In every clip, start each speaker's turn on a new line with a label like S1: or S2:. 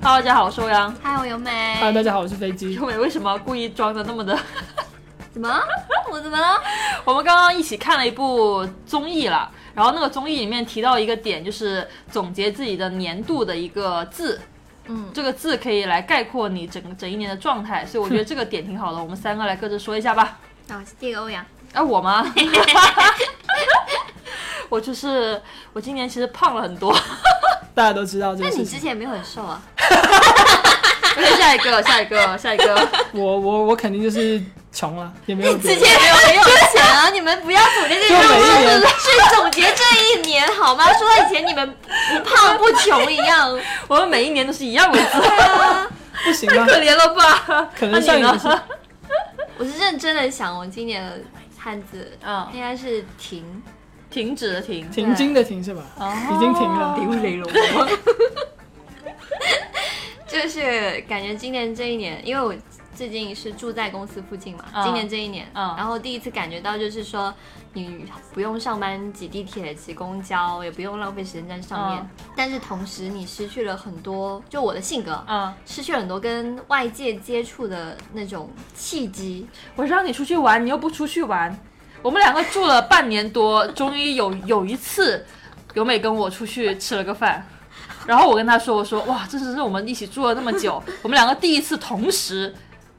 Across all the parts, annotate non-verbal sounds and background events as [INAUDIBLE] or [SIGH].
S1: Hello，大家好，我是欧阳。
S2: 嗨，我由美。
S3: 啊 Hello，大家好，我是飞机
S1: 优。美为什么故意装的那么的？ [LAUGHS]
S2: 怎么？ [LAUGHS] 我怎么了？啊
S1: 我们刚刚一起看了一部综艺啦，然后那个综艺里面提到一个点，就是总结自己的年度的一个字，
S2: 嗯，
S1: 这个字可以来概括你整整一年的状态，所以我觉得这个点挺 [LAUGHS] 好的，我们三个来各自说一下吧。
S2: 啊，我是第一个欧阳。
S1: 哎、我吗？ [LAUGHS] 我就是我今年其实胖了很多。
S3: 大家都知道这
S2: 那
S3: 个事
S2: 你之
S3: 情。
S2: 前也没有很瘦 [LAUGHS] 啊？
S1: OK，下哎一个，下一个，下一个。
S3: 我我我肯定就是穷了，也没有别的。
S2: 没有没有钱啊！你们不要总结这
S3: 就每一
S2: 些
S3: 年
S2: 事， [LAUGHS] 去总结这一年好吗？说到以前你们不胖不穷一样，
S1: [LAUGHS] 我们每一年都是一样的字，
S3: 不行啊，
S1: 可怜了吧？
S3: [LAUGHS] 可能上一
S1: 那
S3: 年
S1: 你
S3: 是
S1: 呢？
S2: 我是认真的想，我今年的汉字
S1: 嗯
S2: 应该是停，
S1: 停止的停，
S3: 停经的停是吧？
S2: 哦
S1: 哦
S3: 已经停了。
S1: 雷龙。
S2: 就是感觉今年这一年，因为我最近是住在公司附近嘛，
S1: 嗯
S2: 今年这一年，
S1: 嗯
S2: 然后第一次感觉到就是说，你不用上班挤地铁、挤公交，也不用浪费时间在上
S1: 嗯
S2: 面，但是同时你失去了很多，就我的性格。
S1: 嗯，
S2: 失去了很多跟外界接触的那种
S1: [LAUGHS]
S2: 契机，
S1: 我让你出去玩，你又不出去玩。我们两个住了半年多，终于有有一次，由美跟我出去吃了个饭，然后我跟她说，我说哇，这真是我们一起住了那么 [LAUGHS] 久，我们两个第一次同时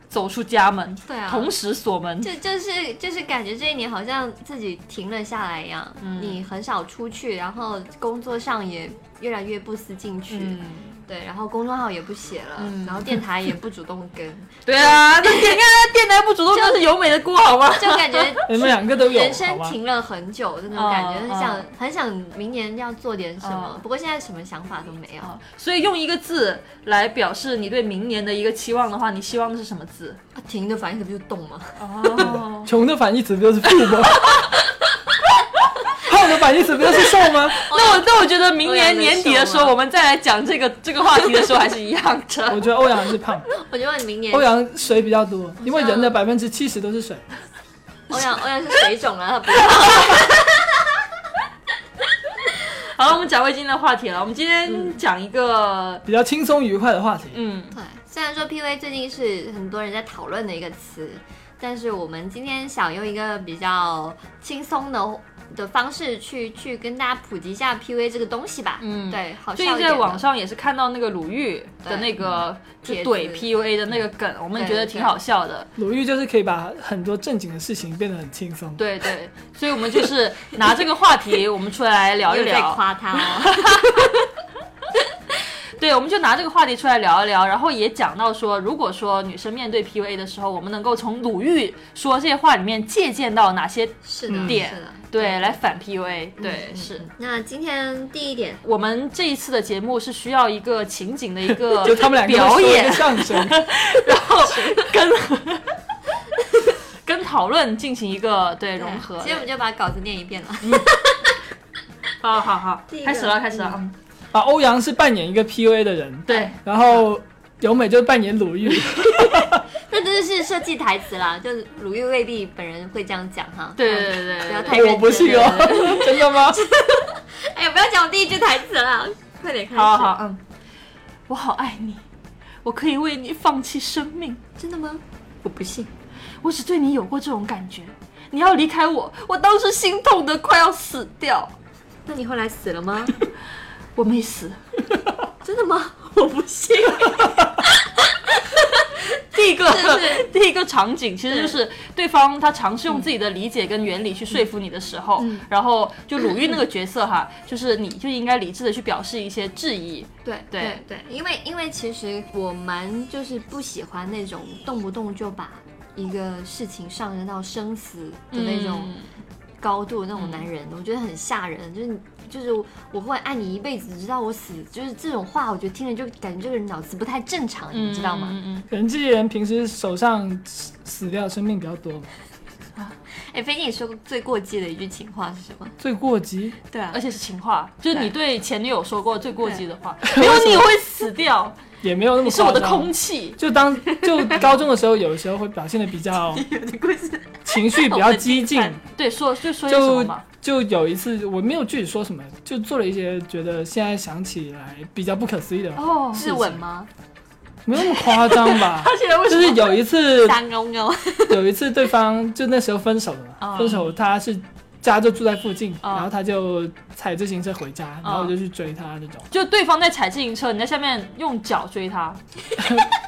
S1: 走出家门，
S2: 对啊
S1: 同时锁门。
S2: 就就是就是感觉这一年好像自己停了下来一样，
S1: 嗯
S2: 你很少出去，然后工作上也越来越不思进取，
S1: 嗯，
S2: 对，然后公众号也不写了，然后电台也不主动
S1: [LAUGHS]
S2: 跟，
S1: 对啊，那点开电台不主动，那是由美的锅好吗？
S2: 就感觉
S3: 你们两个都有
S2: 人
S3: 好
S2: 生
S3: 吗？
S2: 停了很久的那种感觉，
S1: 嗯
S2: 很想很想明年要做点什么
S1: 嗯，
S2: 不过现在什么想法都没有。啊
S1: 所以用一个字来表示你对明年的一个期望的话，你希望的是什么字？
S2: 啊停的反应不就动吗？
S1: 哦，
S3: 穷的反义词不就是富吗？ [LAUGHS] 胖的反义词不就是瘦吗？
S2: 哦
S1: 那我那我觉得明
S2: 我也
S1: 年
S2: 没
S1: 年底的时
S2: 瘦
S1: 候，
S2: 啊
S1: 我们再来讲
S2: [LAUGHS]
S1: 这个这个话题的时候还是一样
S3: 我
S1: 的。
S3: 觉得欧阳还是胖，
S2: [LAUGHS] 我觉得你明年
S3: 欧阳水比较多，因为
S2: 啊
S3: 人的百分之七十都是水。
S2: 欧阳欧阳是水肿啊
S1: [LAUGHS]
S2: 了，他不
S1: 好了，我们讲回今天的话题了。我们今天讲一个，
S3: 比较轻松愉快的话题，
S1: 嗯，
S2: 对，虽然说 P V 最近是很多人在讨论的一个词，但是我们今天想用一个比较轻松的的方式去去跟大家普及一下 P V 这个东西吧。
S1: 嗯
S2: 对，好笑
S1: 最
S2: 一点
S1: 近
S2: 的。
S1: 在网上也是看到那个鲁豫的那个就
S2: 对
S1: 怼
S2: 帖子
S1: PUA 的那个梗，我们
S2: 对
S1: 觉得挺好笑的。
S3: 鲁豫就是可以把很多正经的事情变得很轻松。
S1: 对对，所以我们就是拿这个话题，我们出来聊一
S2: [LAUGHS] 又在
S1: 聊。
S2: 夸他
S1: [LAUGHS]
S2: 哦。
S1: 对，我们就拿这个话题出来聊一聊，然后也讲到说，如果说女生面对 PUA 的时候，我们能够从鲁豫说这些话里面借鉴到哪些
S2: 是的，嗯
S1: 点
S2: 是的，
S1: 对来反 PUA，对、是。
S2: 那今天第一点，
S1: 我们这一次的节目是需要一个情景的一个
S3: [LAUGHS] 就他们两个
S1: 表
S3: 会说一 [LAUGHS] 个
S1: 演，
S3: 相声，
S1: 然后跟跟讨论进行一个对融合。嗯
S2: 今天我们就把稿子念一遍了。
S1: 好好好
S2: 第一，个
S1: 开始了开始了，嗯
S3: 啊，欧阳是扮演一个 PUA 的人，
S2: [LAUGHS]
S1: 对，
S3: 然后由美就扮演鲁豫，
S2: 那这就是设计台词啦，就是鲁豫未必本人会这样讲哈。
S1: 对对对对
S2: 不要
S1: 对
S2: 太认真。
S3: 我不信哦， [LAUGHS] 真的吗？
S2: [LAUGHS] 哎呀，不要讲我第一句台词啦，快点开始。
S1: 好好，好嗯，我好爱你，我可以为你放弃生命。
S2: 真的吗？我不信。
S1: 我只对你有过这种感觉。你要离开我，我当时心痛的快要死掉。
S2: 那你后来死了吗？
S1: 我没死。
S2: [LAUGHS] 真的吗？我不信。
S1: 第一 [LAUGHS] 个
S2: 是，
S1: 第一个场景其实就是对方他尝试用自己的理解跟原理去说服你的时候，然后就鲁豫那个角色哈，就是你就应该理智的去表示一些质疑。
S2: 对
S1: 对
S2: 对，因为因为其实我蛮就是不喜欢那种动不动就把一个事情上升到生死的那种。
S1: 嗯
S2: 高度那种男人，我觉得很吓人。就是你就是我会爱你一辈子，直到我死，就是这种话，我觉得听着就感觉这个人脑子不太正常，你知道吗？
S1: 嗯嗯
S3: 人这些人平时手上死死掉的生命比较多嘛，
S2: 哎、飞姐，你说过最过激的一句情话是什么？
S3: 最过激。
S2: 对啊
S1: 而且是情话，就是你对前女友说过最过激的话， [LAUGHS] 没
S3: 对
S1: 有你会死 [LAUGHS] 掉，
S3: 也没有那么
S1: 你是我的
S3: 夸张
S1: 空气。
S3: 就当就高中的时候，有
S1: [LAUGHS]
S3: 时候会表现的比较
S2: 有的故事。
S3: 情绪比较激进，
S1: 嗯对，说就说些什么
S3: 就
S1: 嘛？
S3: 就有一次我没有具体说什么，就做了一些觉得现在想起来比较不可思议的，
S1: 哦，
S2: 是吻吗？
S3: 没有那么夸张
S1: [LAUGHS]。
S3: 吧
S1: 而且为什
S3: 就
S1: 么
S3: 是有
S1: [LAUGHS]
S3: 一次，
S2: 三勾勾，
S3: 有一次对方就那时候分手了
S1: 哦
S3: 嘛，分手他是家就住在附近，
S1: 哦
S3: 然后他就踩自行车回家，然后我就去追他那种， [LAUGHS]
S1: 就对方在踩自行车，你在下面用脚追他，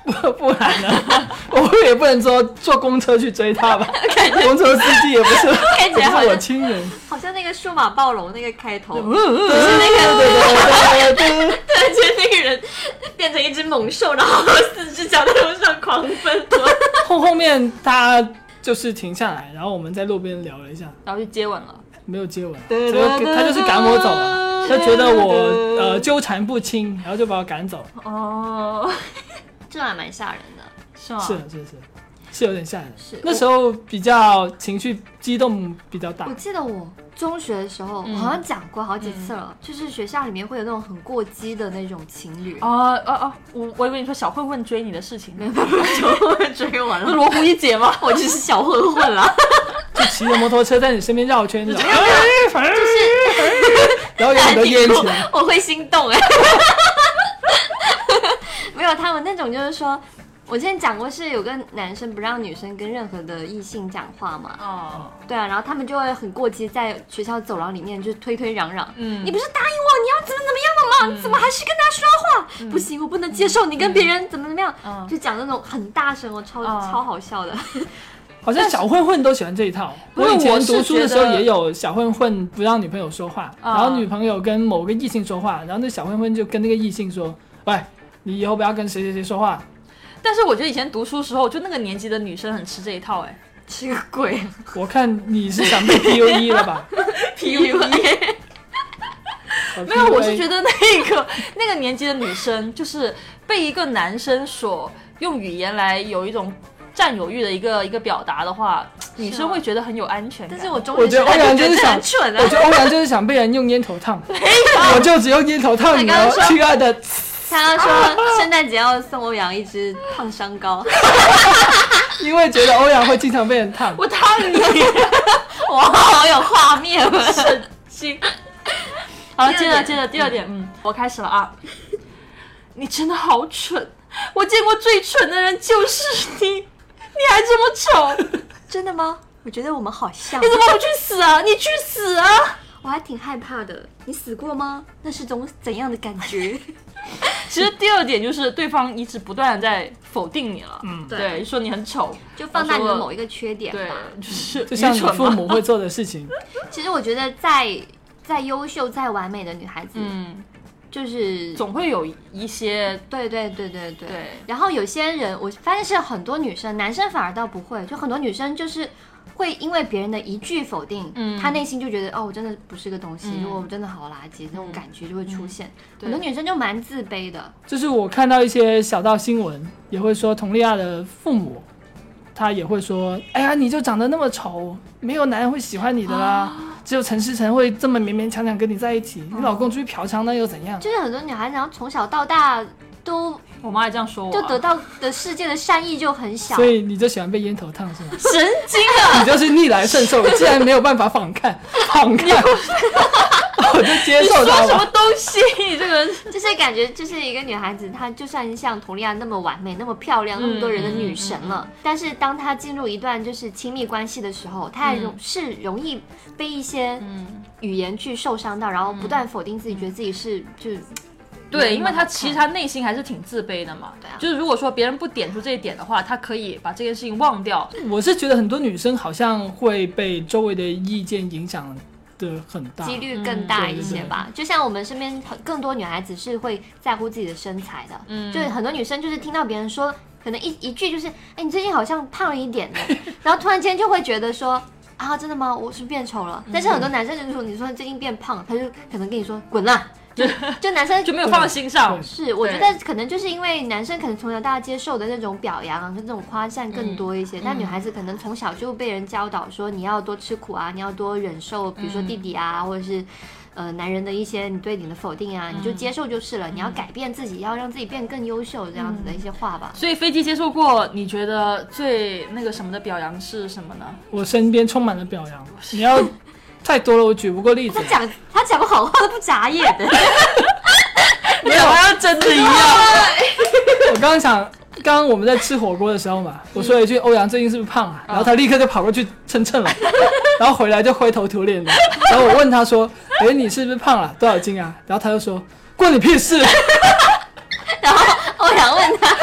S3: 不不然呢， [LAUGHS] 我也不能说坐公车去追他吧，公车司机也不是，
S2: 看起
S3: 不
S2: 来好
S3: 是我
S2: 像
S3: 亲人，
S2: 好像那个数码暴龙那个开头，
S1: 嗯嗯嗯
S3: [LAUGHS] 对对对对 [LAUGHS] 对，
S2: 突然间那个人变成一只猛兽，然后四只脚在路上狂奔。
S3: 后后面他就是停下来，然后我们在路边聊了一下，
S1: 然后就接吻了。
S3: 没有接吻，结果他就是赶我走了。他觉得我呃纠缠不清，然后就把我赶走。
S1: 哦，
S2: 这还蛮吓人的。
S1: 是吗？
S3: 是的是的是的，是有点吓人。
S2: 是
S3: 那时候比较情绪激动比较大
S2: 我，记得我中学的时候，
S1: 嗯
S2: 我好像讲过好几次了，就是学校里面会有那种很过激的那种情侣，
S1: 哦哦哦，我我以为你说小混混追你的事情， [LAUGHS] 那
S2: 就追我
S1: 是
S2: 了。
S1: 罗湖一姐吗？
S2: 我只是小混混啦，
S3: 就骑着摩托车在你身边绕圈，然后 [LAUGHS] 然后有很多烟
S2: [LAUGHS]
S3: 起来。
S2: 我会心动哎、没有，他们那种就是说，我之前讲过是有个男生不让女生跟任何的异性讲话嘛，
S1: [LAUGHS] 哦，
S2: 对啊，然后他们就会很过激，在学校走廊里面就推推嚷嚷。
S1: 嗯，
S2: 你不是答应我你要怎么怎么样的吗？你怎么还是跟他说话？不行，我不能接受你跟别人怎么怎么样，
S1: 嗯
S2: 就讲那种很大声，我超、
S1: 嗯
S2: 超好笑 [LAUGHS] 的。
S3: 好像小混混都喜欢这一套。
S1: 不
S3: 我
S1: 是
S3: 以前
S1: 我是
S3: 读书的时
S1: 觉
S3: 候
S1: 得
S3: 也有小混混不让女朋友说话，
S1: 啊
S3: 然后女朋友跟某个异性说话，然后那小混混就跟那个异性说：“喂，你以后不要跟谁谁谁说话。
S1: 但是我觉得以前读书时候，就那个年级的女生很吃这一套， [LAUGHS] 哎，
S2: 吃个鬼啊！”
S3: 我看你是想被 PUE 了吧？呃
S2: PUA
S1: [LAUGHS] 没有，我是
S3: 得
S1: 觉得那个那个年级的女生，就是被一个男生所用语言来有一种占有欲的一个一个表达的话，女生会觉得很有安全感。
S2: 但是我中
S3: 我
S2: 学
S3: 觉得
S2: 时
S3: 欧
S2: 代
S3: 阳
S2: 就
S3: 就
S2: 觉
S3: 是
S2: 得
S3: 想
S2: 很蠢
S3: 我
S2: 啊。
S3: 觉得欧阳就是想被人用烟头烫，我就只用烟头烫你
S2: 他刚刚
S3: 哦，
S2: 说
S3: 亲爱的。
S2: 他 [LAUGHS] 说圣诞节要送欧阳一支烫伤膏，
S3: 因为觉得欧阳会经常被人烫。
S1: 我烫你
S2: [LAUGHS]
S1: [LAUGHS]
S2: 哇，好有画面啊！
S1: 神经。好了，接
S2: 第
S1: 着
S2: 二点
S1: 接着第二点，嗯，我开始了啊。 [LAUGHS] 你真的好蠢，我见过最蠢的人就是你，你还这么丑，你
S2: 真的吗？我觉得我们好
S1: [LAUGHS]
S2: 像，
S1: 怎么不去死啊？你去死啊！
S2: 我还挺害怕的。你死过吗？那是种怎样的感觉？
S1: 其实第二点就是对方一直不断的在否定你了，
S3: 嗯
S1: [LAUGHS]
S2: 对
S1: 对，说你很丑，
S2: [LAUGHS] 就放大你的某一个缺点
S1: 对
S2: 吧。，
S1: 就是
S3: 就像
S1: 愚
S3: 你
S1: 蠢
S3: 父
S1: 嘛
S3: 母会做的事情，
S2: 其实我觉得再再优秀、再完美的女孩子，
S1: 嗯，
S2: 就是
S1: 总会有一些
S2: 对对对对对。
S1: 对
S2: 然后有些人，我发现是很多女生，男生反而倒不会，就很多女生就是。会因为别人的一句否定，
S1: 嗯
S2: 她内心就觉得哦，我真的不是个东西，
S1: 嗯
S2: 我真的好垃圾，那种感觉就会出现。
S1: 对
S2: 很多女生就蛮自卑的，
S3: 就是我看到一些小道新闻，也会说佟丽娅的父母，他也会说，哎呀，你就长得那么丑，没有男人会喜欢你的啦，只有陈思诚会这么勉勉强强跟你在一起，你老公出去嫖娼那又怎样？
S2: 就是很多女孩子，然后从小到大都
S1: 我妈也这样说我啊，
S2: 就得到的世界的善意就很小
S3: 所，以你就喜欢被烟头烫是吗？
S1: 神经啊！
S3: 你就是逆来顺受，既然没有办法反抗，反抗，我就
S1: [LAUGHS]
S3: 接
S1: 你
S3: 受
S1: 说
S3: 它
S1: 什么
S3: 吧。
S1: 东西？ [LAUGHS] 你这个人
S2: 就是感觉，就是一个女孩子，她就算像佟丽娅那么完美、那么漂亮、
S1: 嗯
S2: 那么多人的女神了，但是当她进入一段就是亲密关系的时候，她还容、
S1: 嗯
S2: 是容易被一些
S1: 嗯，
S2: 语言去受伤到，然后不断否定自己，觉得自己是就
S1: 对，因为他其实他内心还是挺自卑的嘛。
S2: 对啊
S1: 就是如果说别人不点出这一点的话，他可以把这件事情忘掉。
S3: 我是觉得很多女生好像会被周围的意见影响的很大，
S2: 几率更大
S3: 嗯
S2: 一些吧。就像我们身边很更多女孩子是会在乎自己的身材的，
S1: 嗯
S2: 就是很多女生就是听到别人说，可能一一句就是，哎，你最近好像胖了一点呢， [LAUGHS] 然后突然间就会觉得说。啊，真的吗？我是变丑
S1: 嗯
S2: 了，但是很多男生就是说，你说最近变胖，他就可能跟你说滚啦，就 [LAUGHS] 就男生
S1: 就没有放在心上
S3: 对。
S2: 是，我觉得可能就是因为男生可能从小到大接受的那种表扬啊跟这种夸赞更多一些，但女孩子可能从小就被人教导说你要多吃苦啊，你要多忍受，比如说弟弟啊，或者是。呃，男人的一些你对你的否定啊，你就接受就是了。你要改变自己，要让自己变更优秀，这样子的一些话吧。
S1: 所以飞机接受过，你觉得最那个什么的表扬是什么呢？
S3: 我身边充满了表扬，你要太多了，我举不过例子
S2: 他。讲他讲好话都不眨眼的， [LAUGHS]
S1: 没有，
S3: 啊
S1: 要真的一样。
S3: 我刚刚想，刚刚我们在吃火锅的时候
S1: 嗯
S3: 嘛，我说了一句欧阳最近是不是胖
S1: 哦
S3: 啊？然后他立刻就跑过去称称了， [LAUGHS] 然后回来就灰头土脸的。然后我问他说：“哎，你是不是胖了？多少斤啊？”然后他就说：“关你屁事 [LAUGHS]
S2: 然后欧阳问他。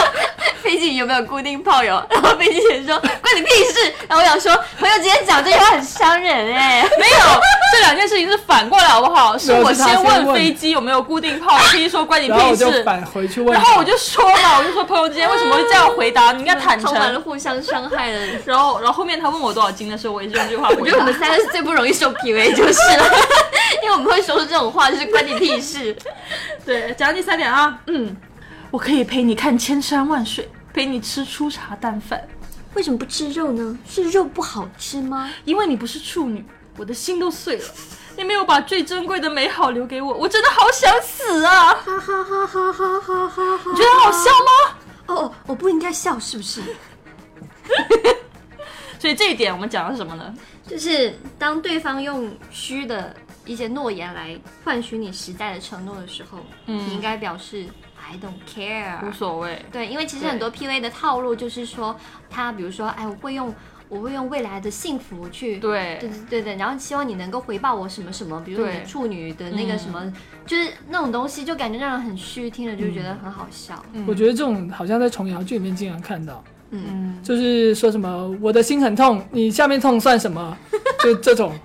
S2: 飞机有没有固定炮友？然后飞机姐说关你屁事。然后我想说，朋友今天讲这句话很伤人哎、
S1: 没有，这两件事情是反过来好不好？是
S3: 没有
S1: 我
S3: 是他先
S1: 问
S3: 问
S1: 飞机有没有固
S3: [LAUGHS]
S1: 定炮，飞机说关！”你
S3: 然后
S1: 屁
S3: 我就
S1: 事。
S3: 返回去问
S1: 然
S3: 他，
S1: 后我就说嘛，我就说朋友之间为什么会这样回答？你应该坦
S2: [LAUGHS] 充满了
S1: 诚。
S2: 互相伤害的。
S1: 然后，然后后面他问我多少斤的时候，我也是用这句话
S2: [LAUGHS] 我
S1: 回
S2: 觉得我
S1: 答
S2: 们。三个是最不容易受 PUA 就是了， [LAUGHS] 因为我们会说出这种话，就是关你屁事。
S1: 对，讲到第三点啊，嗯，我可以陪你看千山万水，陪你吃粗茶淡饭，
S2: 为什么不吃肉呢？是肉不好吃吗？
S1: 因为你不是处女，我的心都碎了。你没有把最珍贵的美好留给我，我真的好想死啊！
S2: 哈哈哈哈哈哈哈哈！
S1: 你觉得好笑吗？
S2: 哦，我不应该笑是不是？
S1: 所以这一点我们讲的是什么呢？
S2: 就是当对方用虚的一些诺言来换取你实在的承诺的时候，你应该表示 I don't
S1: 无
S2: care。
S1: 所谓，
S2: 对，因为其实很多 PV 的套路就是说，他比如说，哎，我会用我会用未来的幸福去对
S1: 对，
S2: 对对对，然后希望你能够回报我什么什么，比如说你的
S1: 对
S2: 处女的那个什么，就是那种东西，就感觉让人很虚，听着就觉得很好笑。 [LAUGHS]
S3: 我觉得这种好像在琼瑶剧里面经常看到，
S1: 嗯，
S3: 就是说什么我的心很痛，你下面痛算什么？ [LAUGHS] 就
S1: [LAUGHS]
S3: 这种。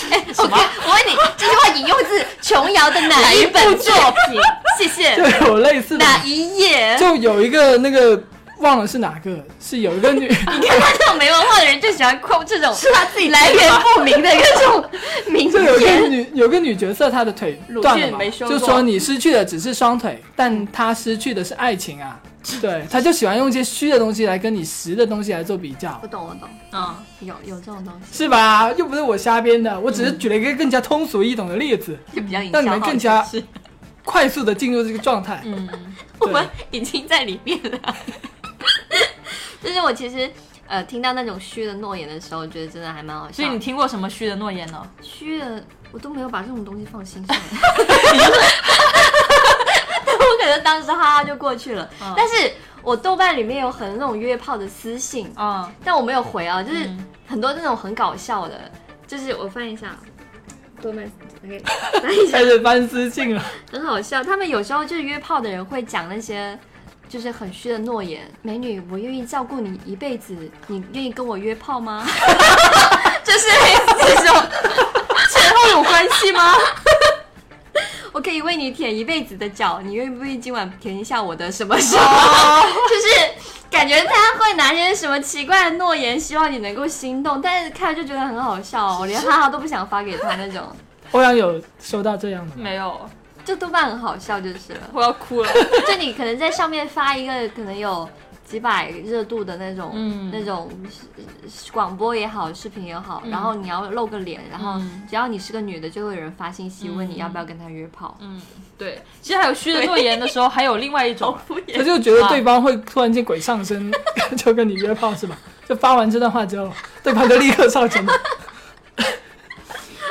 S1: 什么
S2: 我问你，这句话引用自琼瑶的
S1: 嗯
S2: [LAUGHS] 哪一本作
S1: [LAUGHS]
S2: 品？谢谢。
S3: 就有类似的，
S2: 哪一页？
S3: 就有一个那个忘了是哪个，是有一个女，
S2: 你看他这种没文化的人就喜欢 quote 这种是他自己来源不明的
S1: [LAUGHS]
S2: 各种名
S3: [LAUGHS] 就有一
S2: 言。
S3: 个女有个女角色，她的腿
S1: 鲁
S3: 断了
S1: 迅
S3: 嘛，
S1: 没修过
S3: 就说你失去的只是双腿，但她失去的是爱情啊。对，她就喜欢用一些虚的东西来跟你实的东西来做比较
S2: 我，懂，我懂，
S1: 嗯，
S2: 有有这种东西，
S3: 是吧？又不是我瞎编的，我只是举了一个更加通俗易懂的例子，
S2: 就比较营销
S3: 让你们更加
S2: 嗯好奇
S3: 快速的进入这个状态。
S1: 嗯，
S2: 我们已经在里面了。就是我其实呃听到那种虚的诺言的时候，觉得真的还蛮好
S1: 所
S2: 笑
S1: 以
S2: 的。
S1: 你听过什么虚的诺言呢？
S2: 虚的我都没有把这种东西放心
S3: [LAUGHS]
S2: 上， [LAUGHS] 我可能当时哈哈就过去了。
S1: 嗯
S2: 但是我豆瓣里面有很那种约炮的私信，
S1: 嗯，
S2: 但我没有回啊，就是
S1: 嗯
S2: 很多那种很搞笑的，就是我翻一下豆瓣，OK，翻一下 [LAUGHS]
S3: 开始翻私信了，
S2: 很好笑。他们有时候就是约炮的人会讲那些就是很虚的诺言，美女，我愿意照顾你一辈子，你愿意跟我约炮吗？ [LAUGHS] 就是类似这种，
S1: 前后有关系
S4: [LAUGHS]
S1: 吗？
S2: 我可以为你舔一辈子的脚，你愿不愿意今晚舔一下我的什么什么？ [LAUGHS] 就是。感觉他会拿些什么奇怪的诺言，希望你能够心动，但是看了就觉得很好笑、哦，我连哈哈都不想发给他那种。
S3: 欧阳有收到这样的吗？
S1: 没有，
S2: 就豆瓣很好笑就是了。
S1: 我要哭了。
S2: [LAUGHS] 就你可能在上面发一个可能有几百热度的那种，
S1: 嗯
S2: 那种呃广播也好，视频也好，然后你要露个脸，然后
S1: 嗯
S2: 只要你是个女的，就会有人发信息问你
S1: 嗯
S2: 要不要跟他约炮。
S1: 嗯， [LAUGHS] 对，其实还有虚的诺言的时候，还有另外一
S4: [LAUGHS]
S1: 种啊，
S3: 他就觉得对方会突然间鬼上身， [LAUGHS] 就跟你约炮是吧？就发完这段话之后，对方就立刻上身了。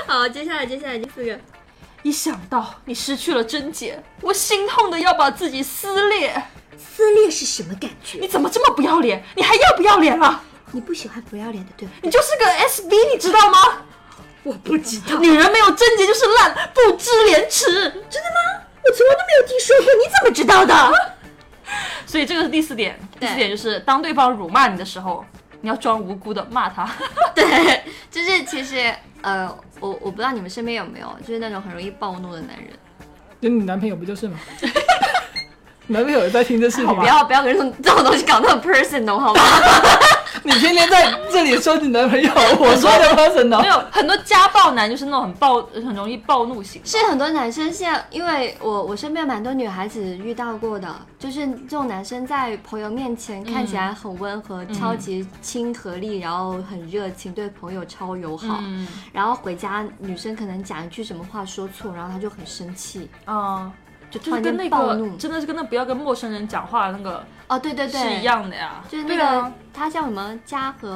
S2: 好，接下来接下来第四个，
S1: 一想到你失去了贞洁，我心痛的要把自己撕裂。
S4: 撕裂是什么感觉？
S1: 你怎么这么不要脸？你还要不要脸了？
S4: 你不喜欢不要脸的，对吧？
S1: 你就是个 SB，你知道吗？
S4: 我不知道，
S1: 女人没有贞洁就是烂，不知廉耻。
S4: 真的吗？我从来都没有听说过，你怎么知道的？
S1: 所以这个是第四点，第
S2: 对
S1: 四点就是当对方辱骂你的时候，你要装无辜的骂他。
S2: 对，就是其实呃，我我不知道你们身边有没有，就是那种很容易暴怒的男人，
S3: 就你男朋友不就是
S2: [LAUGHS]
S3: 吗？男朋友有在听这视频
S2: 不
S3: 吗？
S2: 要哦不要跟这种这种东西搞那么 personal 好吗？
S3: 你天天在这里说你男
S2: [LAUGHS]
S3: 朋友，我说的 personal，
S1: [LAUGHS] 没有很多家暴男就是那种很暴、很容易暴怒型。
S2: 是很多男生现在，因为我我身边蛮多女孩子遇到过的，就是这种男生在朋友面前看起来很温和，超级亲和力，然后很热情，对朋友超友好。
S1: 嗯
S2: 然后回家，女生可能讲一句什么话说错，然后他就很生气，
S1: 啊，
S2: 就突
S1: 就是
S2: 然
S1: 跟
S2: 间
S1: 那
S2: 暴
S1: 个
S2: 怒。
S1: 真的是跟那不要跟陌生人讲话那个
S2: 哦，对对对，
S1: 是一，样的呀。
S2: 就是那
S1: 对
S2: 个、
S1: 啊
S2: 他叫什么嘉禾，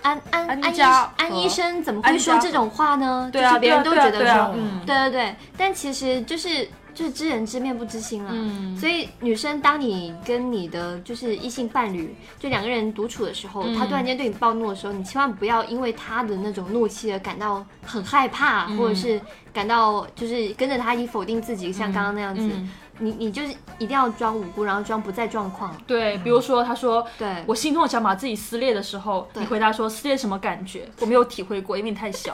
S2: 安安
S1: 安
S2: 安医
S1: 家
S2: 安医
S1: 和
S2: 生怎么
S1: 安
S2: 会说
S1: 家
S2: 这
S1: 和
S2: 种话呢？
S1: 对
S2: 就
S1: 啊，
S2: 是别人都
S1: 对啊
S2: 觉得
S1: 对啊，对啊
S2: 说
S1: 嗯，
S2: 对对对，但其实就是就是知人知面不知心了。
S1: 嗯
S2: 所以女生当你跟你的就是异性伴侣，就两个人独处的时候，他突然间对你暴怒的时候，你千万不要因为他的那种怒气而感到很害怕，或者是感到就是跟着他一起否定自己，像刚刚那样子。
S1: 嗯
S2: 你你就是一定要装无辜，然后装不在状况。
S1: 对，比如说他说。
S2: 对，
S1: 我心中的想法自己撕裂的时候，
S2: 对
S1: 你回答说撕裂什么感觉？我没有体会过，因为你太 [LAUGHS] 小。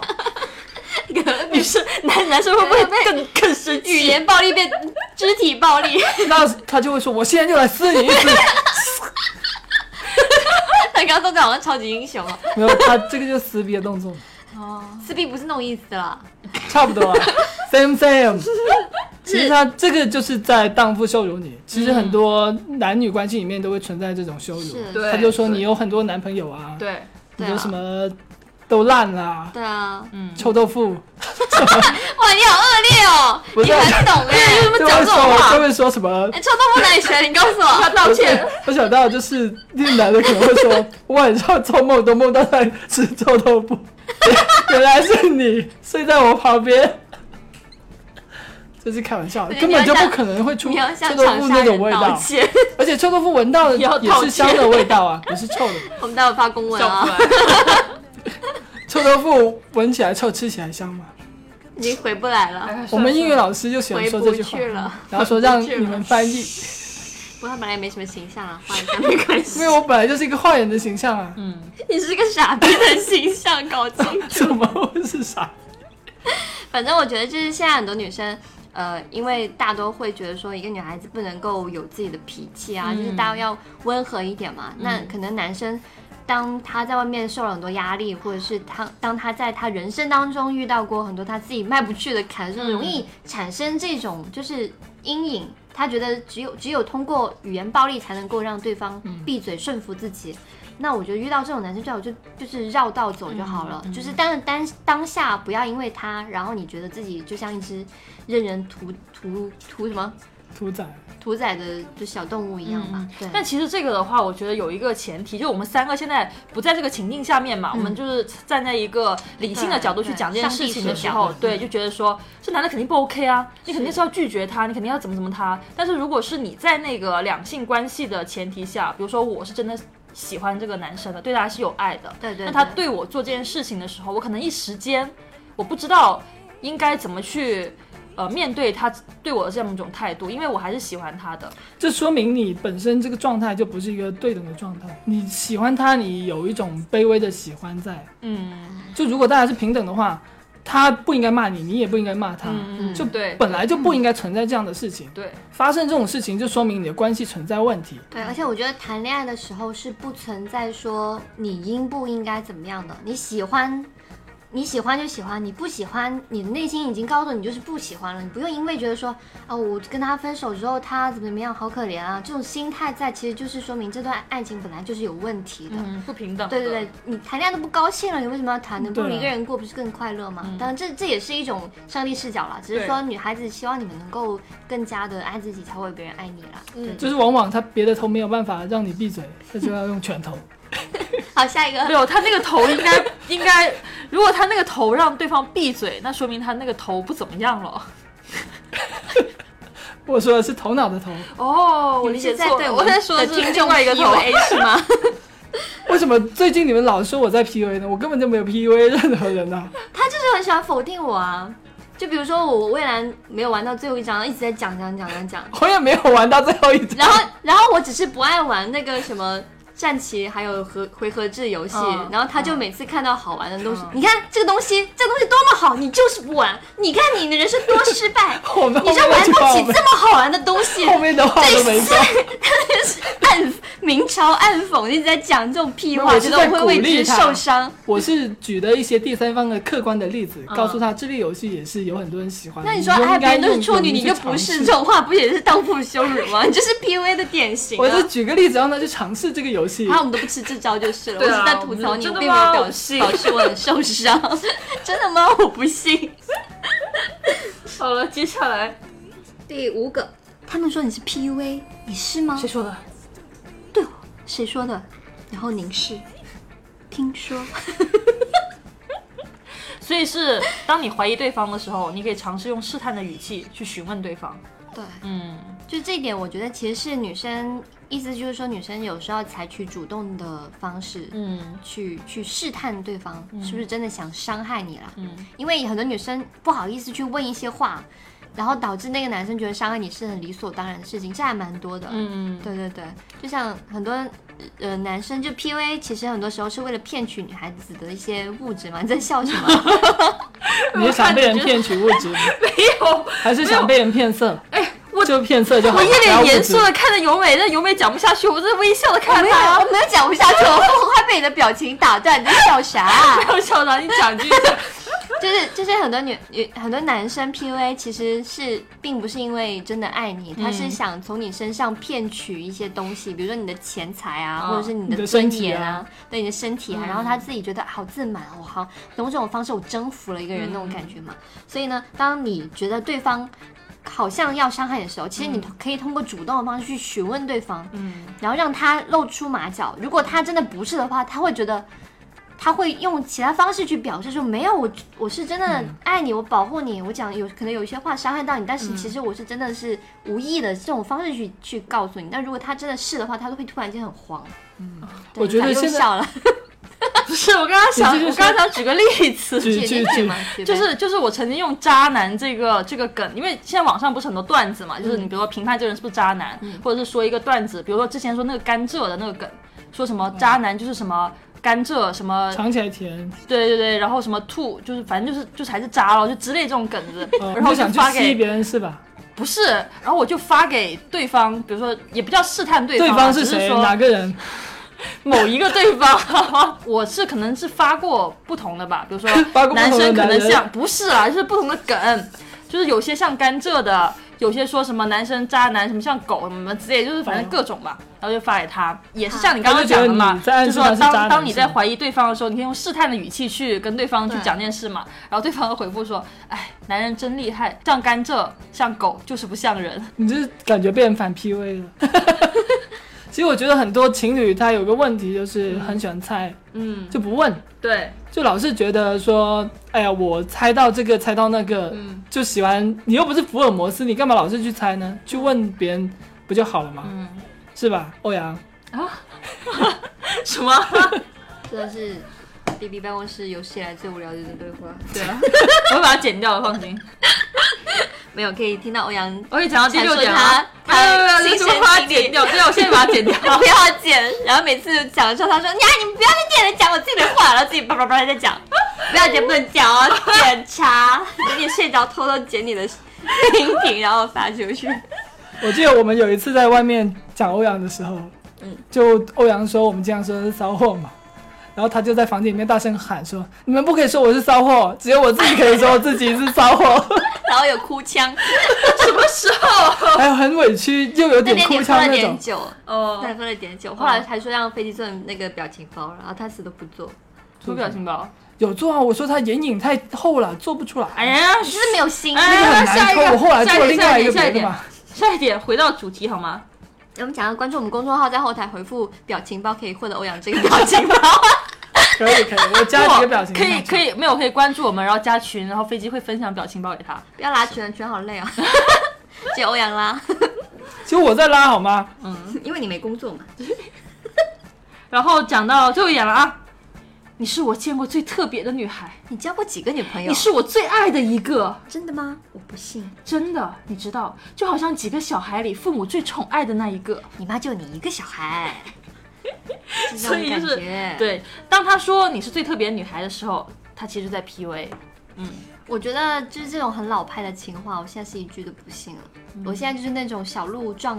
S2: 女生男男生会不会更更生气？语言暴力变肢体暴力，
S3: 那他就会说，我现在就来撕你一次。
S2: [LAUGHS] 他刚刚说的好像超级英雄哦，
S3: 没有，他这个就撕逼的动作，
S2: 撕逼不是那种意思啦。
S3: 差不多
S2: [LAUGHS]
S3: 啊，same same。其实他这个就是在荡妇羞辱你，其实很多男女关系里面都会存在这种羞辱。
S2: 嗯是
S1: 对
S3: 他就说
S1: 对
S3: 你有很多男朋友啊，
S1: 对，
S3: 你
S2: 对
S3: 有
S2: 啊
S3: 什么都烂啦、
S2: 对啊，
S3: 臭豆腐，
S2: 哇，你好恶劣哦，
S3: 不是
S2: 你很懂哎， [LAUGHS] 你怎么
S3: 就
S2: 讲
S3: 会
S2: 这种
S3: 说
S2: 话
S3: 就？会啊说什么。
S2: 哎，臭豆腐哪里学的？你告诉我。
S1: 道歉。
S3: 我想到就是那男的可能会说，我晚上做梦都梦到在吃臭豆腐， [LAUGHS] 原来是你睡在我旁边。这是开玩笑的，
S2: 对
S3: 根
S2: 你要
S3: 本就不
S2: 向
S3: 可能会出
S2: 你要
S3: 臭
S2: 向
S3: 豆
S2: 长
S3: 腐
S2: 沙
S3: 那种
S2: 人
S3: 味
S2: 道
S3: 道，
S2: 歉， [LAUGHS]
S3: 而且臭豆腐闻到的
S1: 你要
S3: 也
S1: 道
S3: 是
S1: 歉
S3: 香的味道啊，不是臭的。
S2: 我们待会发公文
S1: 笑出
S2: 啊，
S1: 来。
S3: 臭豆腐闻起来臭，吃起来香嘛。
S2: 已经回不来了，
S1: 哎
S3: [LAUGHS] 我们英语老师就喜欢说这句话
S2: 回不去了，
S3: 然后说让你们翻译，
S2: 不过他本来也没什么形象啊，换一下没关系 [LAUGHS]
S3: 因为。我本来就是一个坏人的形象啊，
S1: 嗯
S2: 你是个傻逼的形象，搞清楚。
S3: 怎么会是傻？
S2: 反正我觉得就是现在很多女生，呃，因为大多会觉得说一个女孩子不能够有自己的脾气啊，就是大家要温和一点嘛。那可能男生。当他在外面受了很多压力，或者是他当他在他人生当中遇到过很多他自己迈不去的坎，就容易产生这种就是阴影。他觉得只有只有通过语言暴力才能够让对方闭嘴顺服自己。那我觉得遇到这种男生，最好就就是绕道走就好
S1: 嗯
S2: 了，就是但是当当下不要因为他，然后你觉得自己就像一只任人屠屠屠什么
S3: 屠宰，
S2: 屠宰的就小动物一样吧。嗯对，
S1: 但其实这个的话，我觉得有一个前提，就我们三个现在不在这个情境下面嘛，我们就是站在一个理性的角度去
S2: 嗯对
S1: 讲这件
S2: 上
S1: 事
S2: 帝
S1: 情
S2: 视
S1: 的时
S2: 角嗯
S1: 候，对，就觉得说这男的肯定不 OK 啊，你肯定是要拒绝他，你肯定要怎么怎么他。但是如果是你在那个两性关系的前提下，比如说我是真的。喜欢这个男生的，对他是有爱的。
S2: 对对
S1: 那他
S2: 对
S1: 对我做这件事情的时候，我可能一时间我不知道应该怎么去呃面对他对我的这么一种态度，因为我还是喜欢他的。
S3: 这说明你本身这个状态就不是一个对等的状态。你喜欢他，你有一种卑微的喜欢在。
S1: 嗯，
S3: 就如果大家是平等的话，他不应该骂你，你也不应该骂他，
S1: 嗯
S3: 就
S1: 对
S3: 本来就不应该存在这样的事情。
S1: 对，
S3: 发生这种事情，就说明你的关系存在问题。
S1: 嗯
S2: 对，而且我觉得谈恋爱的时候是不存在说你应不应该怎么样的，你喜欢。你喜欢就喜欢，你不喜欢，你的内心已经告诉你就是不喜欢了，你不用因为觉得说啊，我跟他分手之后他怎么怎么样，好可怜啊，这种心态在其实就是说明这段爱情本来就是有问题的。
S1: 嗯，不平等。
S2: 对对对，，你谈恋爱都不高兴了，你为什么要谈呢？不
S3: 对啊
S2: 如一个人过，不是更快乐吗？当然这，这也是一种上帝视角啦，只是
S1: 对
S2: 说女孩子希望你们能够更加的爱自己，才会有别人爱你啦。嗯，
S3: 就是往往他别的头没有办法让你闭嘴，他就要用拳头。 [LAUGHS]
S2: 好，下一
S1: 没
S2: 个，
S1: 有他那个头应该应该，如果他那个头让对方闭嘴，那说明他那个头不怎么样了。
S3: 我说的是头脑的头，
S1: 哦，我理解
S2: 是在
S1: 错
S2: 对
S1: 了，
S2: 我
S1: 我在
S2: 们
S1: 说
S2: 的
S1: 的是
S2: 听
S1: 另
S2: 众
S1: 外一个头。
S2: PUA 是吗？
S3: 为什么最近你们老说我在 PUA 呢？我根本就没有 PUA 任何人啊！
S2: 他就是很喜欢否定我啊。就比如说我蔚蓝没有玩到最后一章，一直在讲讲讲讲讲，
S3: 我也没有玩到最后一张。
S2: 然后然后我只是不爱玩那个什么战棋，还有和回合制游戏，
S1: 嗯
S2: 然后他就每次看到好玩的东西，
S1: 嗯
S2: 你看这个东西，这个东西多么好，你就是不玩，你看你的人生多失
S3: [LAUGHS]，
S2: 败
S3: 我们
S2: 你
S3: 后
S2: 就
S3: 面
S2: 玩
S3: 的句
S2: 不
S3: 话，我
S2: 起
S3: 们
S2: 这么好玩的东西。
S3: [LAUGHS] 后面的话我都没说。
S2: 暗明朝暗讽一直在讲这种屁
S3: 没
S2: 话，
S3: 有我
S2: 觉
S3: 是
S2: 得我
S3: 在
S2: 会
S3: 鼓
S2: 为
S3: 励
S2: 之
S3: 他
S2: 受伤。
S3: 我是举的一些第三方的客观的例子，告诉他智力游戏也是有很多人喜欢的。
S2: 那你说，
S3: 就
S2: 哎，
S3: 应
S2: 别
S3: 该
S2: 人都是
S3: 用
S2: 处女，
S3: 勇
S2: 你
S3: 气
S2: 就
S3: 去
S2: 不
S3: 尝
S2: 是
S3: 试
S2: 这种话，不也是荡妇羞辱吗？ [LAUGHS] 你就是 PUA 的典型、啊。
S3: 我是举个例子让他去尝试这个游戏
S2: 然。后我们都不吃这招就是了。
S1: 对啊
S2: 我只是在吐槽你，
S1: 我们真
S2: 我
S1: 的
S2: 并没有
S1: 吗
S2: 表
S1: 我不
S2: 示
S1: 信
S2: 表示我很受伤。 [LAUGHS] 真的吗？我不信。
S1: [LAUGHS] 好了，接下来
S2: 第五个， [LAUGHS] 他们说你是 PUA，你是吗
S1: 谁？说的？
S2: 对，谁说的？然后凝视，
S4: 听说，
S1: 所以是当你怀疑对方的时候，你可以尝试用试探的语气去询问对方。
S2: 对，
S1: 嗯，
S2: 就这一点，我觉得其实是女生，意思就是说女生有时候采取主动的方式，
S1: 嗯
S2: 去去试探对方是不是真的想伤害你啦。
S1: 嗯，
S2: 因为很多女生不好意思去问一些话，然后导致那个男生觉得伤害你是很理所当然的事情，这还蛮多的。
S1: 嗯，
S2: 对对对，就像很多呃男生就 PUA，其实很多时候是为了骗取女孩子的一些物质嘛。你在笑什么？
S3: 你是想被人骗取物质吗，
S1: 没有，
S3: 还是想被人骗色？哎，
S1: 我
S3: 就骗色就好。
S1: 我一
S3: 不要
S1: 脸
S3: 物
S1: 严
S3: 质
S1: 肃的看着由美，但由美讲不下去，我在微笑的
S2: 我
S1: 看
S2: 没有，啊
S1: 她。 [LAUGHS]
S2: 我没有讲不下去，我快被你的表情打断，你在笑啥、
S1: 不要笑了，你讲一句。 [LAUGHS]
S2: [LAUGHS] 就是就是很多女女很多男生 PUA 其实是并不是因为真的爱你，他是想从你身上骗取一些东西，比如说你的钱财啊，
S1: 哦
S2: 或者是你
S3: 你的
S2: 的
S3: 身
S2: 尊
S3: 体
S2: 严
S3: 啊
S2: 啊，对你的身体啊，然后他自己觉得好自满，啊我好用这种方式我征服了一个人
S1: 嗯
S2: 那种感觉嘛。所以呢，当你觉得对方好像要伤害你的时候，其实你可以通过主动的方式去询问对方，
S1: 嗯，
S2: 然后让他露出马脚。如果他真的不是的话，他会觉得，他会用其他方式去表示说，没有我，我是真的爱你，我保护你，我讲有可能有一些话伤害到你，但是其实我是真的是无意的这种方式去去告诉你。但如果他真的是的话，他都会突然间很慌。嗯，
S3: 我觉得
S2: 又
S3: 现在
S2: 笑了，
S1: 不是，我刚刚想，
S3: 你这就
S1: 我
S3: 是
S1: 刚刚想举个例
S3: [LAUGHS]
S1: 子，
S3: 举
S2: 举
S3: 举
S2: 例
S3: 举
S2: 嘛，举呗
S1: 就是就是我曾经用渣男这个这个梗，因为现在网上不是很多段子嘛，就是
S3: 嗯
S1: 你比如说评判这个人是不是渣男，或者是说一个段子，比如说之前说那个甘蔗的那个梗，说什么
S3: 嗯
S1: 渣男就是什么甘蔗什么
S3: 尝起来甜，
S1: 对对对，然后什么吐，就是反正就是就是还是渣了，就之类这种梗子，
S3: 呃
S1: 然后
S3: 你
S1: 我就
S3: 想去
S1: 发
S3: 吸
S1: 给
S3: 别人是吧？
S1: 不是，然后我就发给对方，比如说也不叫试探对方
S3: 对
S1: 啊，
S3: 方
S1: 只
S3: 是
S1: 是
S3: 谁？
S1: 说
S3: 哪个人？
S1: 某一个对方， [LAUGHS] 我是可能是发过不同的吧，比如说
S3: [LAUGHS] 发过不同的
S1: 男生可能
S3: 男人
S1: 像不是啊，就是不同的梗，就是有些像甘蔗的，有些说什么男生渣男什么像狗什么之类，就是反正各种吧，然后就发给他，也是像你刚刚讲的嘛，
S3: 嗯他
S1: 就
S3: 就觉得你在暗示
S1: 说
S3: 他是渣
S1: 当
S3: 男
S1: 当你在
S3: 是吗
S1: 怀疑对方的时候，你可以用试探的语气去跟对方去
S2: 对
S1: 讲这件事嘛，然后对方的回复说，哎，男人真厉害，像甘蔗像狗就是不像人，
S3: 你这感觉被人反 PUA 了。 [LAUGHS] 其实我觉得很多情侣他有个问题就是很喜欢猜，
S1: [LAUGHS] 嗯，
S3: 就不问，
S1: 对，
S3: 就老是觉得说，哎呀，我猜到这个，猜到那个，
S1: 嗯
S3: 就喜欢你又不是福尔摩斯，你干嘛老是去猜呢？去问别人不就好了吗？
S1: 嗯，
S3: 是吧，欧阳？
S1: 什么？ [LAUGHS]
S2: 真的是 B B 办公室有史以来最无聊的一段对话，
S1: 对啊，我会把它剪掉的，放心。
S2: 没有可以听到欧阳
S1: 我可以讲到第六点
S2: 阐
S1: 吗
S2: 述？
S1: 没有
S2: 他
S1: 没有
S2: 他
S1: 没有，这
S2: 亲
S1: 个
S2: 身
S1: 我把它
S2: 经历
S1: 剪掉，对，我现在把它剪掉。
S2: [LAUGHS]
S3: [LAUGHS]
S2: 不要剪。然后每次讲的时候，他说：“你啊，你们不要再剪了，讲我自己的话。”然后自己叭叭叭在讲，不要剪，不能讲哦，检查。等 [LAUGHS] 你睡着，偷偷剪你的音频，然后发出去。
S3: 我记得我们有一次在外面讲欧阳的时候，嗯，就欧阳说我们经常说是骚货嘛，然后他就在房间里面大声喊说：“你们不可以说我是骚货，只有我自己可以说我自己是骚货。
S2: 然后有哭腔，
S1: 什么时候？”
S3: 还有很委屈又有
S2: 那哦
S3: 点
S2: 天你
S3: 哭
S2: 喝
S3: 腔
S2: 了
S3: 那
S2: 点
S3: 种。
S2: 酒，
S1: 哦
S2: 那，喝了点酒，后来还说让飞机做那个表情包，然后他死都不做，
S1: 出表情包。
S3: 有做啊，我说他眼影太厚了，做不出来。
S1: 哎呀，
S2: 只是没有心。
S1: 哎
S3: 那个很
S1: 下
S3: 难
S1: 一
S3: 抠，
S1: 个
S3: 我后来
S1: 下一
S3: 做
S1: 个
S3: 另外一个
S1: 下一个
S3: 别的嘛。
S1: 下一点回到主题好吗？
S2: 我们想要关注我们公众号，在后台回复“表情包”可以获得欧阳这个表情包。
S3: 可以可以，我加几个表情
S1: 可以
S3: 上去
S1: 可以，没有可以关注我们，然后加群，然后飞机会分享表情包给他。
S2: 不要拉群了，群好累啊， [LAUGHS] 只有欧阳拉，
S3: 其实我在拉好吗？
S2: [LAUGHS] 因为你没工作嘛。
S1: 然后讲到最后一点了啊，你是我见过最特别的女孩，
S2: 你交过几个女朋友？
S1: 你是我最爱的一个。
S2: 真的吗？我不信，
S1: 真的，你知道，就好像几个小孩里父母最宠爱的那一个。
S2: 你妈就你一个
S1: [LAUGHS]
S2: 小孩，是这种
S1: 所以就是
S2: 感觉，
S1: 对，当他说你是最特别的女孩的时候，他其实就在 PUA。
S2: 我觉得就是这种很老派的情话，我现在是一句都不信了。
S1: 嗯
S2: 我现在就是那种小鹿撞。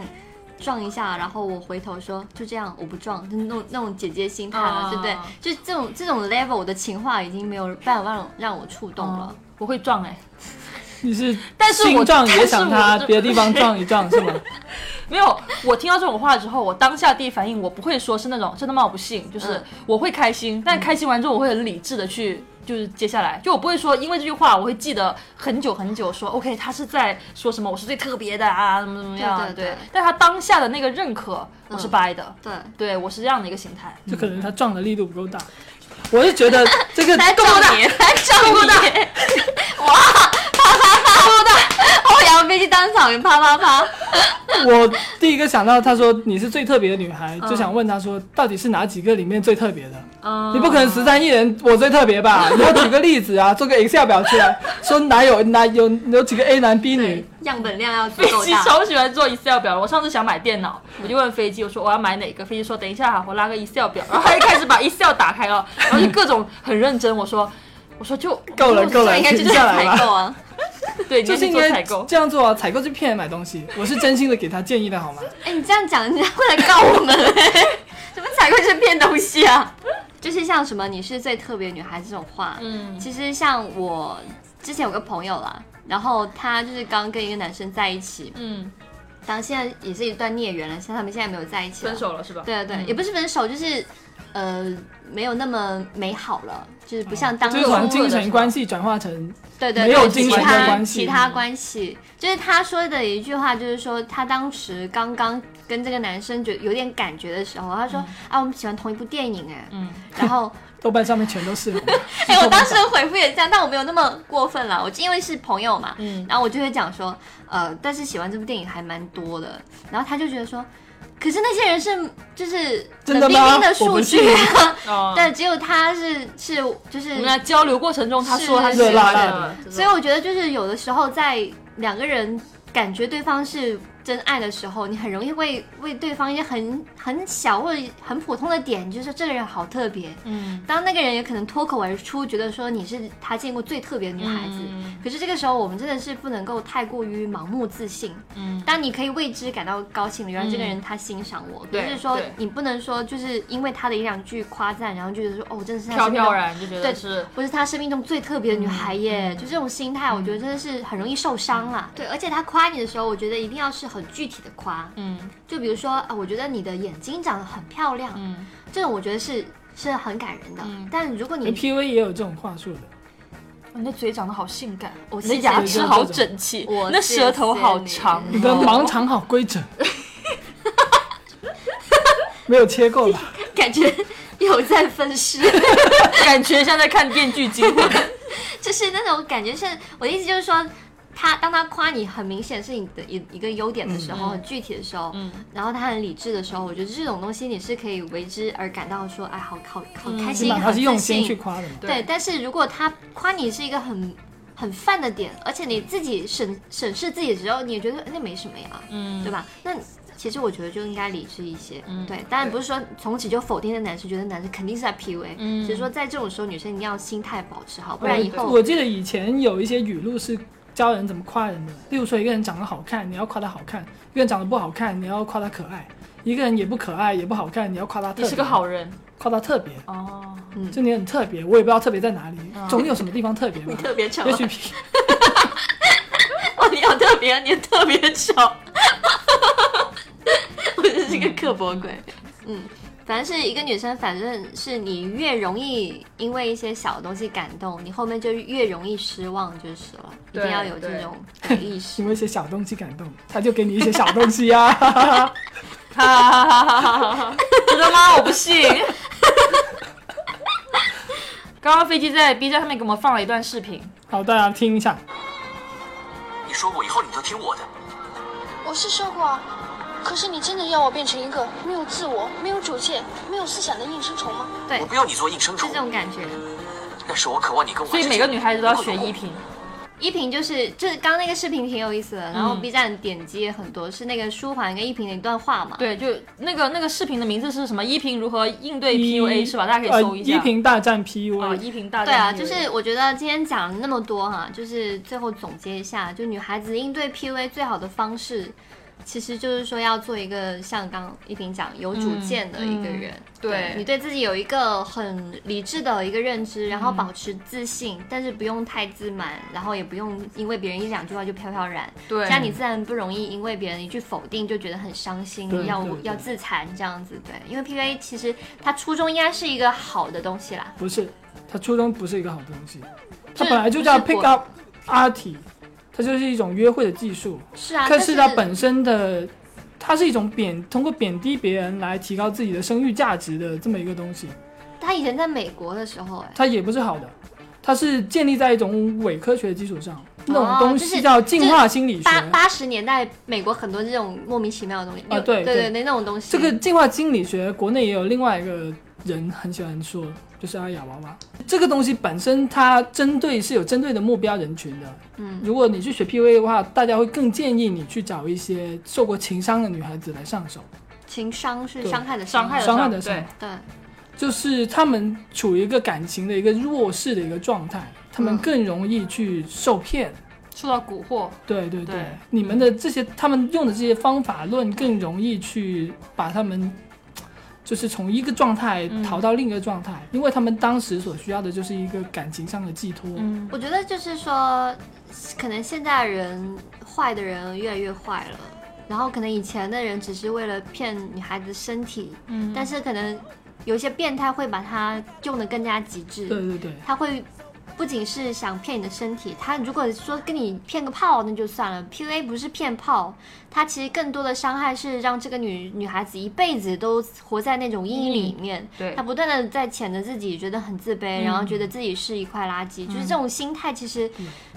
S2: 撞一下，然后我回头说就这样，我不撞，就是那种那种姐姐心态了，
S1: 啊
S2: 对不对？就这种这种 level 我的情话已经没有办法让让我触动了。
S1: 我会撞哎、
S3: 你是
S1: 但是我
S3: 心撞也
S1: 但
S3: 想
S1: 是我
S3: 他
S1: 这
S3: 别的地方撞一撞是吗？
S1: 没有，我听到这种话之后，我当下第一反应我不会说是那种真的吗？我不信，就是
S2: 嗯
S1: 我会开心，但开心完之后我会很理智的去就是接下来，就我不会说因为这句话我会记得很久很久说，OK，他是在说什么，我是最特别的啊，怎么怎么样，
S2: 对对对
S1: 但他当下的那个认可，我是掰的，
S2: 对，
S1: 对我是这样的一个心态，
S3: 就可能他撞的力度不够大。我是觉得这个
S2: 来
S3: 够
S2: 撞
S3: 不大
S2: 你，来撞你，哇，啪啪啪，够大，欧阳飞机当场给啪啪啪，
S3: 我第一个想到他说你是最特别的女孩，就想问他说到底是哪几个里面最特别的？
S2: 嗯，
S3: 你不可能十三亿人我最特别吧？你要举个例子啊，做个 Excel 表出来，说哪有哪有有几个 A 男 B 女
S2: 对，，样本量
S1: [LAUGHS]
S2: 要足
S1: 飞
S2: 够
S1: 机
S2: 大，
S1: 超喜欢做 Excel 表，我上次想买电脑，我就问飞机，我说我要买哪个？飞机说等一下哈，我拉个 Excel 表，然后他就开始把 Excel 打开了，然后就各种很认真，我说我说就
S3: 够了够
S2: 这
S3: 了，
S2: 应该就
S3: 停
S2: 是
S3: 下来
S2: 采
S3: 吧。
S2: 购啊，
S1: [LAUGHS] 对，你
S3: 就是应
S1: 做采
S3: 该
S1: 购，
S3: 这样做啊，采购去骗人买东西， [LAUGHS] 我是真心的给他建议的好吗？
S2: [LAUGHS] 哎，你这样讲，人家会来告我们、怎么采购是骗东西啊？就是像什么你是最特别女孩这种话，
S1: 嗯，
S2: 其实像我之前有个朋友啦，然后他就是刚跟一个男生在一起，
S1: 嗯，
S2: 当现在也是一段孽缘了，像他们现在没有在一起了
S1: 分，手了是吧？
S2: 对对对，
S1: 嗯
S2: 也不是分手，就是呃没有那么美好了，就是不像当
S3: 就
S2: 初
S3: 是从精
S2: 的时
S3: 神
S2: 候
S3: 关系转化成
S2: 对对，
S3: 没有
S2: 对
S3: 精
S2: 其
S3: 神的
S2: 他
S3: 关系
S2: 其他关系就是他说的一句话，就是说他当时刚刚跟这个男生觉有点感觉的时候，他说、啊，我们喜欢同一部电影哎，
S1: 嗯，
S2: [LAUGHS] 然后
S3: 豆瓣上面全都是。
S2: [LAUGHS] 哎、我当时的回复也是这样，但我没有那么过分了，我就因为是朋友嘛，
S1: 嗯
S2: 然后我就会讲说，呃，但是喜欢这部电影还蛮多的，然后他就觉得说。可是那些人是就是
S3: 真
S2: 冷
S3: 的
S2: 冰
S3: 吗
S2: 冰的
S3: 我
S2: 数
S3: 不
S2: 据啊，
S1: 哦，
S2: 但只有他是是就是
S1: 我们在交流过程中，他说他
S2: 是
S1: 喜
S3: 热辣
S1: 欢
S3: 辣
S1: 的，
S2: 所以我觉得就是有的时候在两个人感觉对方是真爱的时候，你很容易为为对方一些很很小或者很普通的点，你就是说这个人好特别。
S1: 嗯，
S2: 当那个人也可能脱口而出，觉得说你是他见过最特别的女孩子。
S1: 嗯
S2: 可是这个时候，我们真的是不能够太过于盲目自信。
S1: 嗯，
S2: 当你可以为之感到高兴，原来这个人他欣赏我，
S1: 对
S2: 可是说
S1: 对
S2: 你不能说就是因为他的一两句夸赞，然后就觉得说哦，真的是他
S1: 飘
S2: 身边
S1: 飘
S2: 的
S1: 然就觉得
S2: 对
S1: 是，
S2: 我是他生命中最特别的女
S3: 嗯
S2: 孩耶，就这种心态，我觉得真的是很容易受伤啦。对，而且他夸你的时候，我觉得一定要是很具体的夸，
S1: 嗯
S2: 就比如说啊，我觉得你的眼睛长得很漂亮，
S1: 嗯，
S2: 这种我觉得是是很感人的。
S3: 嗯
S2: 但如果你
S3: 哎 P V 也有这种话术的，
S1: 你的嘴长得好性感，
S2: 我
S1: 你的
S2: 谢谢
S1: 牙
S2: 你
S1: 齿
S3: 这
S1: 好
S3: 种
S1: 整齐，
S2: 我
S1: 那
S2: 谢
S1: 舌头
S2: 谢
S1: 好
S2: 你
S1: 长，哦
S3: 你的盲肠好
S2: 哦
S3: 规整，没有切够吧？
S2: [LAUGHS] 感觉有在分
S3: [LAUGHS]
S2: 尸，
S1: [LAUGHS] 感觉像在看《电锯 [LAUGHS] 惊魂》。
S2: 就是那种感觉是，我的意思就是说。他当他夸你很明显是你的一一个优点的时候，
S1: 嗯
S2: 很具体的时候，
S1: 嗯
S2: 然后他很理智的时候，我觉得这种东西你是可以为之而感到说，哎，好好好 [LAUGHS] 开
S3: 嗯起
S2: 心，
S3: 码
S2: 好
S3: 他
S2: 自
S3: 是
S2: 信。
S3: 用心去夸的嘛。
S2: 对，但是如果他夸你是一个很很泛的点，而且你自己审审视自己的时候，你也觉得哎那没什么呀，
S1: 嗯
S2: 对吧？那其实我觉得就应该理智一些，
S1: 嗯
S2: 对。当然不是说从此就否定的男生，觉得男生肯定是在 PUA，
S1: 嗯
S2: 只是说在这种时候，女生一定要心态保持好，不然以
S3: 我
S2: 后
S3: 我记得以前有一些语录是教人怎么夸人的，例如说一个人长得好看，你要夸他好看；一个人长得不好看，你要夸他可爱；一个人也不可爱也不好看，你要夸他
S1: 你
S3: 特别，
S1: 是个好人
S3: 夸他特别，
S1: 哦，
S3: 就你很特别，我也不知道特别在哪里，总有什么地方特别吧。
S2: 特别丑
S3: 也许 [LAUGHS] P
S2: 哦，你好特别，你特别丑，
S1: [LAUGHS]
S2: 我真是个刻薄鬼。嗯，反正是一个女生，反正是你越容易因为一些小东西感动，你后面就越容易失望就是了。一定
S1: 对
S2: 要有这种呃意
S1: [LAUGHS]
S2: 识
S3: 因。为一些小东西感动，他就给你一些小东西呀、啊。
S1: 哈哈哈哈哈哈！真的吗？我不信。 [LAUGHS] 刚刚飞机在 B 站上面给我们放了一段视频，
S3: 好，大家听一下，
S5: 你说过以后你就听我的，
S6: 我是说过啊，可是你真的要我变成一个没有自我、没有主见、没有思想的应声虫吗？
S2: 对
S5: 我，不要你做应声
S2: 是
S5: 虫
S2: 这，种感觉。
S5: 但是我渴望你跟我。
S1: 所以每个女孩子都要学依。萍。
S2: 依萍就是就是刚刚那个视频挺有意思的，然后
S1: 嗯
S2: B 站点击也很多，是那个舒缓跟依萍的一段话嘛。
S1: 对，就那个那个视频的名字是什么？依萍如何应对
S3: 一
S1: PUA 是吧？大家可以
S3: 呃
S1: 搜一下。
S3: 依萍大战
S1: 啊，
S3: PUA，、
S1: 依萍大
S2: 对啊，
S1: 战 PUA。
S2: 就是我觉得今天讲了那么多哈、就是最后总结一下，就女孩子应对 PUA 最好的方式，其实就是说要做一个像刚刚一萍讲有主见的一个人，
S1: 嗯对
S2: 你对自己有一个很理智的一个认知，然
S1: 嗯
S2: 后保持自信，但是不用太自满，然后也不用因为别人一两句话就飘飘然，
S1: 对
S2: 这样你自然不容易因为别人一句否定就觉得很伤心
S3: 对，
S2: 要
S3: 对对
S2: 要自残这样子，对，因为 PUA 其实它初衷应该是一个好的东西啦。
S3: 不是，它初衷不是一个好东西，它
S2: 是
S3: 本来就叫
S2: 不是
S3: pick
S2: 果
S3: up art，它就是一种约会的技术。
S2: 是啊，
S3: 可
S2: 但
S3: 是它本身的，它是一种贬，通过贬低别人来提高自己的声誉价值的这么一个东西，
S2: 他以前在美国的时候，哎，
S3: 它也不是好的，它是建立在一种伪科学的基础上，那
S2: 哦
S3: 种东
S2: 就
S3: 西
S2: 是
S3: 叫进化心理学。
S2: 八八十年代美国很多这种莫名其妙的东西
S3: 啊
S2: 有
S3: 对
S2: 对
S3: 对
S2: 对，那种东西。
S3: 这个进化心理学，国内也有另外一个人很喜欢说，就是阿雅娃娃。这个东西本身它针对是有针对的目标人群的。
S2: 嗯，
S3: 如果你去学 PUA 的话，大家会更建议你去找一些受过情伤的女孩子来上手，
S2: 情商是
S3: 对
S2: 伤害的
S1: 伤害的
S3: 伤害
S1: 伤
S3: 的伤
S1: 对，
S2: 对，
S3: 就是他们处于一个感情的一个弱势的一个状态，他们
S2: 嗯
S3: 更容易去受骗。
S1: 受到蛊惑，
S3: 对对对，
S1: 对
S3: 你们的这些他们用的这些方法论更容易去把他们，就是从一个状态
S1: 嗯
S3: 逃到另一个状态，因为他们当时所需要的就是一个感情上的寄托。
S1: 嗯，
S2: 我觉得就是说，可能现在人坏的人越来越坏了，然后可能以前的人只是为了骗女孩子身体，
S1: 嗯
S2: 但是可能有一些变态会把它用的更加极致，
S3: 对对对，
S2: 他会不仅是想骗你的身体，他如果说跟你骗个炮那就算了，PUA 不是骗炮，他其实更多的伤害是让这个女女孩子一辈子都活在那种阴影里
S3: 嗯
S2: 面，
S1: 对
S2: 她不断的在谴责自己，觉得很自卑，然后觉得自己是一块垃圾，
S3: 嗯
S2: 就是这种心态其实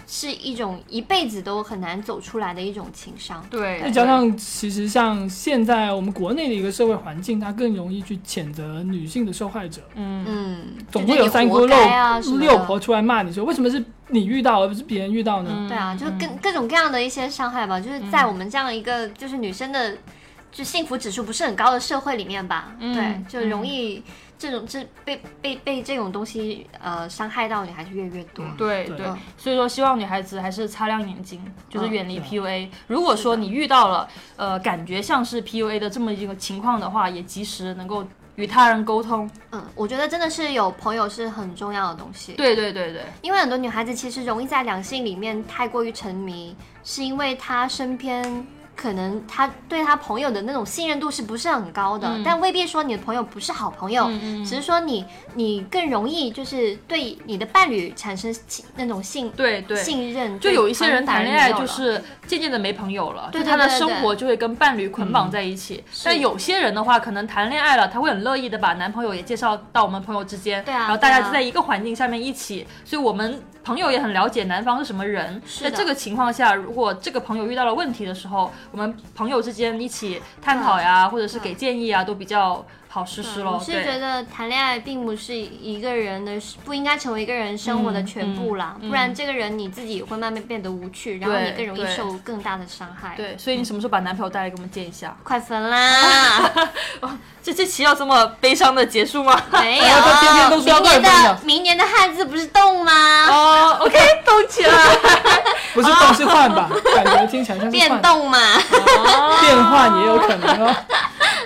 S2: 是一种一辈子都很难走出来的一种情商。
S1: 对，
S3: 再加上其实像现在我们国内的一个社会环境，它更容易去谴责女性的受害者，
S1: 嗯，
S2: 嗯，
S3: 总
S2: 就
S3: 会
S2: 觉得
S3: 有
S2: 你
S3: 三
S2: 活
S3: 姑六、
S2: 该啊什么的
S3: 六婆出来骂你说为什么是你遇到而不是别人遇到呢？
S1: 嗯
S2: 对啊，就是各各种各样的一些伤害吧，就是在我们这样一个就是女生的就幸福指数不是很高的社会里面吧，
S1: 嗯
S2: 对，就容易这种这被被被这种东西呃伤害到的女孩子越来越多。
S1: 对
S3: 对
S1: 对
S2: 嗯，
S1: 所以说希望女孩子还是擦亮眼睛，就是
S2: 嗯
S1: 远离
S3: 对
S1: PUA。如果说你遇到了呃感觉像是 PUA 的这么一个情况的话，也及时能够与他人沟通。
S2: 嗯，我觉得真的是有朋友是很重要的东西。
S1: 对对对对，
S2: 因为很多女孩子其实容易在两性里面太过于沉迷，是因为她身边可能她对她朋友的那种信任度是不是很高的，
S1: 嗯
S2: 但未必说你的朋友不是好朋友，只是说你你更容易就是对你的伴侣产生信那种信
S1: 对对。
S2: 信任，
S1: 就有一些人
S2: 反而
S1: 谈恋爱
S2: 没有
S1: 就
S2: 了
S1: 是渐渐的没朋友了，
S2: 对
S1: 就他的
S2: 对对对嗯
S1: 生活就会跟伴侣捆绑在一起。但有些人的话，可能谈恋爱了，他会很乐意的把男朋友也介绍到我们朋友之间，
S2: 对啊
S1: 然后大家
S2: 对啊
S1: 就在一个环境下面一起，所以我们朋友也很了解男方是什么人。
S2: 是
S1: 在
S2: 的
S1: 这个情况下，如果这个朋友遇到了问题的时候，我们朋友之间一起探讨呀，或者是给建议啊，都比较好实施
S2: 嗯我
S1: 咯。
S2: 是觉
S1: 对，
S2: 得谈恋爱并不是一个人的，不应该成为一个人生活的全部啦，
S1: 嗯嗯
S2: 不然这个人你自己会慢慢变得无趣，然后
S1: 对
S2: 你更容易
S1: 对
S2: 受更大的伤害。，
S1: 对，所以你什么时候把男朋友带来给我们见一下？
S2: 快分啦！
S1: 这这期要这么悲伤的结束吗？ [LAUGHS]
S2: 没有，
S3: 哎呀他天天都说要
S2: 明年
S3: 乱分的
S2: 的明年的汉字不是动吗？
S1: 哦、o k 动起来。 [LAUGHS]
S3: 不是动是换
S2: [LAUGHS]
S3: 吧？感觉听起来像是
S2: 变
S3: 换，
S2: 动啊嘛。
S3: 变换也有可能哦。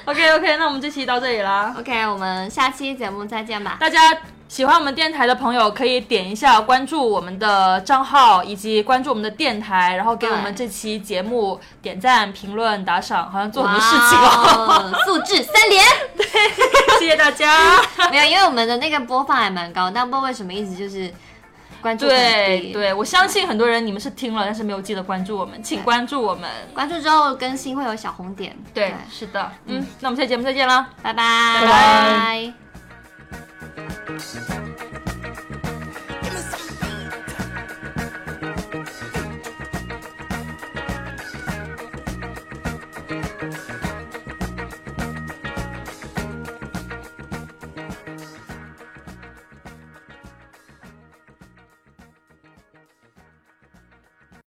S1: OK OK，那我们这期到这里啦。
S2: [LAUGHS] OK，我们下期节目再见吧。
S1: 大家喜欢我们电台的朋友，可以点一下关注我们的账号，以及关注我们的电台，然后给我们这期节目点赞、评论、打赏，好像做很多事情哦。
S2: 哇哦，素质三连。
S1: [LAUGHS] 谢谢大家。
S2: 没有，因为我们的那个播放还蛮高，但不知道为什么一直就是关注
S1: [LAUGHS]
S2: 很
S1: 对
S2: 低。
S1: 对，我相信很多人你们是听了，但是没有记得关注我们，请关注我们。
S2: 关注之后更新会有小红点。
S1: 嗯对，是的，嗯，那我们下期节目再见啦。
S2: 拜拜
S3: 拜